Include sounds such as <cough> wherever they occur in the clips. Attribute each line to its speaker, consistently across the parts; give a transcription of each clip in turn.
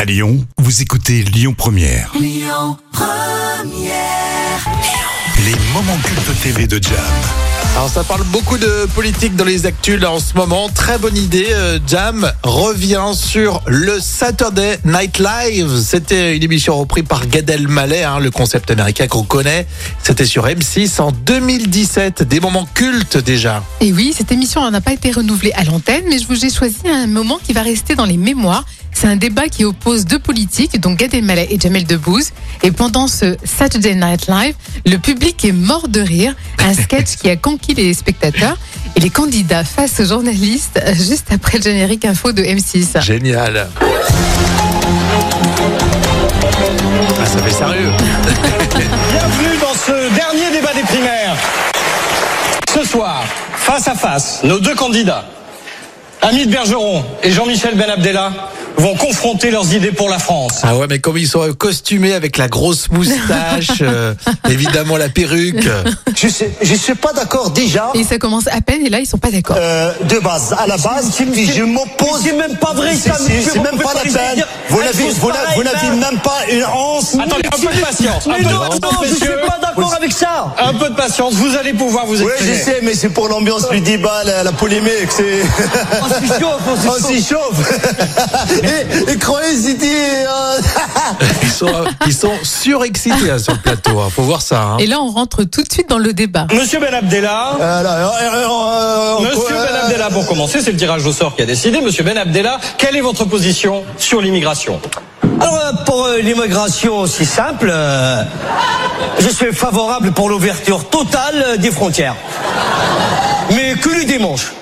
Speaker 1: À Lyon, vous écoutez Lyon Première. Les moments cultes TV de Jam.
Speaker 2: Alors ça parle beaucoup de politique dans les actus là en ce moment. Très bonne idée, euh, Jam revient sur le Saturday Night Live. C'était une émission reprise par Gad Elmaleh, hein, le concept américain qu'on connaît. C'était sur M6 en 2017, des moments cultes déjà.
Speaker 3: Et oui, cette émission n'a pas été renouvelée à l'antenne, mais je vous ai choisi un moment qui va rester dans les mémoires. C'est un débat qui oppose deux politiques, donc Gad Elmaleh et Jamel Debbouze. Et pendant ce Saturday Night Live, le public est mort de rire. Un sketch qui a conquis les spectateurs et les candidats face aux journalistes euh, juste après le générique info de M6.
Speaker 2: Génial. Ah, ça fait sérieux.
Speaker 4: Bienvenue dans ce dernier débat des primaires. Ce soir, face à face, nos deux candidats, Hamid Bergeron et Jean-Michel Ben Abdella, vont confronter leurs idées pour la France.
Speaker 2: Ah ouais, mais comme ils sont euh, costumés avec la grosse moustache, euh, évidemment la perruque.
Speaker 5: Je sais, je suis pas d'accord déjà
Speaker 3: Et ça commence à peine et là ils sont pas d'accord.
Speaker 5: euh, de base, à la base, je m'oppose.
Speaker 4: c'est même pas vrai, ça,
Speaker 5: C'est-
Speaker 4: monsieur,
Speaker 5: c'est- C'est
Speaker 4: vous
Speaker 5: même
Speaker 4: pouvez
Speaker 5: pas
Speaker 4: pas
Speaker 5: la
Speaker 4: les
Speaker 5: peine.
Speaker 4: dire.
Speaker 5: Vous
Speaker 4: Elles
Speaker 5: n'avez
Speaker 4: sont
Speaker 5: vous
Speaker 4: pareilles,
Speaker 5: n'avez- vous n'avez
Speaker 4: là.
Speaker 5: même pas une once.
Speaker 4: Attendez, un peu de patience. un
Speaker 6: Mais
Speaker 4: peu
Speaker 6: non,
Speaker 4: de
Speaker 6: non,
Speaker 4: patience,
Speaker 6: je suis
Speaker 4: messieurs.
Speaker 6: pas d'accord avec ça.
Speaker 4: Un peu de patience, vous allez pouvoir vous
Speaker 5: Oui,
Speaker 4: exprimer.
Speaker 5: je sais, mais c'est pour l'ambiance du débat, la, la polémique. C'est.
Speaker 4: Oh,
Speaker 6: On se
Speaker 4: <laughs>
Speaker 5: <laughs>
Speaker 6: chauffe, on se
Speaker 5: On
Speaker 6: chauffe.
Speaker 5: s'y chauffe. et, et croyez, c'était. euh, <laughs>
Speaker 2: Ils sont, euh, ils sont surexcités hein, sur le plateau. hein. Faut voir ça. hein.
Speaker 3: Et là on rentre tout de suite dans le débat.
Speaker 4: Monsieur Ben Abdella.
Speaker 5: euh, là, euh, euh, euh,
Speaker 4: Monsieur
Speaker 5: euh,
Speaker 4: Ben Abdella, pour commencer, c'est le tirage au sort qui a décidé. Monsieur Ben Abdella, quelle est votre position sur l'immigration
Speaker 6: Alors euh, pour euh, l'immigration, c'est simple. euh, je suis favorable pour l'ouverture totale euh, des frontières. Mais que le dimanche. <laughs>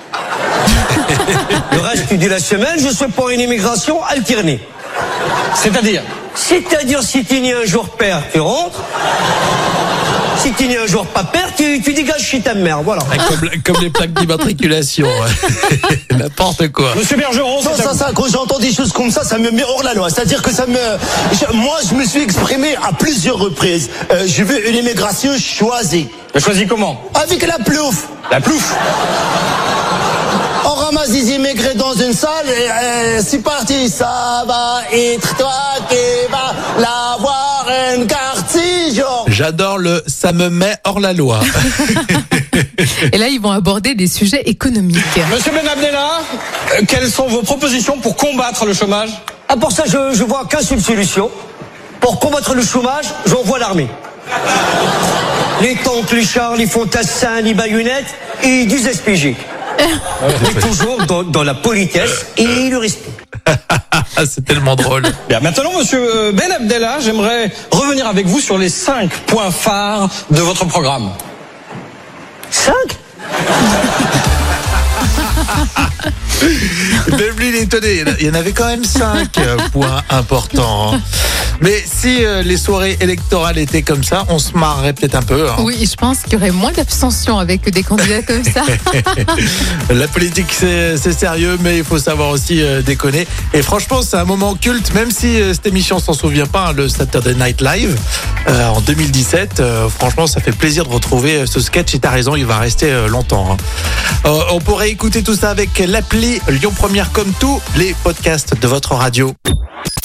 Speaker 6: le reste de la semaine, je suis pour une immigration alternée.
Speaker 4: C'est-à-dire
Speaker 6: C'est-à-dire si tu n'es un jour père, tu rentres. Si tu n'es un jour pas père, tu, tu dégages chez ta mère. Voilà.
Speaker 2: Ah, Comme, comme les plaques d'immatriculation. ouais. <laughs> N'importe quoi.
Speaker 4: Monsieur Bergeron,
Speaker 5: Non,
Speaker 4: c'est à
Speaker 5: Oh, ça,
Speaker 4: vous.
Speaker 5: ça, quand j'entends des choses comme ça, ça me met hors la loi. C'est-à-dire que ça me, je- moi, je me suis exprimé à plusieurs reprises. Euh, je veux une immigration choisie.
Speaker 4: Je choisis comment
Speaker 5: Avec la plouffe.
Speaker 4: La plouffe
Speaker 5: On ramasse des immigrés dans une salle et euh, c'est parti, ça va être toi qui vas l'avoir un quartier, genre.
Speaker 2: J'adore le ça me met hors la loi. <laughs>
Speaker 3: Et là ils vont aborder des sujets économiques.
Speaker 4: Monsieur Ben Abdella, euh, quelles sont vos propositions pour combattre le chômage
Speaker 6: Ah, pour ça, je, je vois qu'un seule solution. Pour combattre le chômage, j'envoie l'armée. Les tanks, les chars, les fantassins, les baïonnettes et du SPG. Mais toujours dans, dans la politesse et le respect.
Speaker 2: Ah, c'est tellement drôle.
Speaker 4: Bien, maintenant, monsieur euh, Ben Abdella, j'aimerais revenir avec vous sur les cinq points phares de votre programme.
Speaker 6: Cinq
Speaker 2: Même lui, il est étonné. Il y en avait quand même cinq euh, points importants. hein. Mais si euh, les soirées électorales étaient comme ça, on se marrerait peut-être un peu. hein.
Speaker 3: Oui, et je pense qu'il y aurait moins d'abstention avec des candidats comme ça.
Speaker 2: La politique, c'est c'est sérieux, mais il faut savoir aussi euh, déconner. Et franchement, c'est un moment culte, même si euh, cette émission s'en souvient pas, hein, le Saturday Night Live euh, en 2017. euh, franchement, ça fait plaisir de retrouver euh, ce sketch. Et t'as raison, il va rester euh, longtemps. hein. Euh, on pourrait écouter tout ça avec l'appli Lyon Première, comme tous les podcasts de votre radio.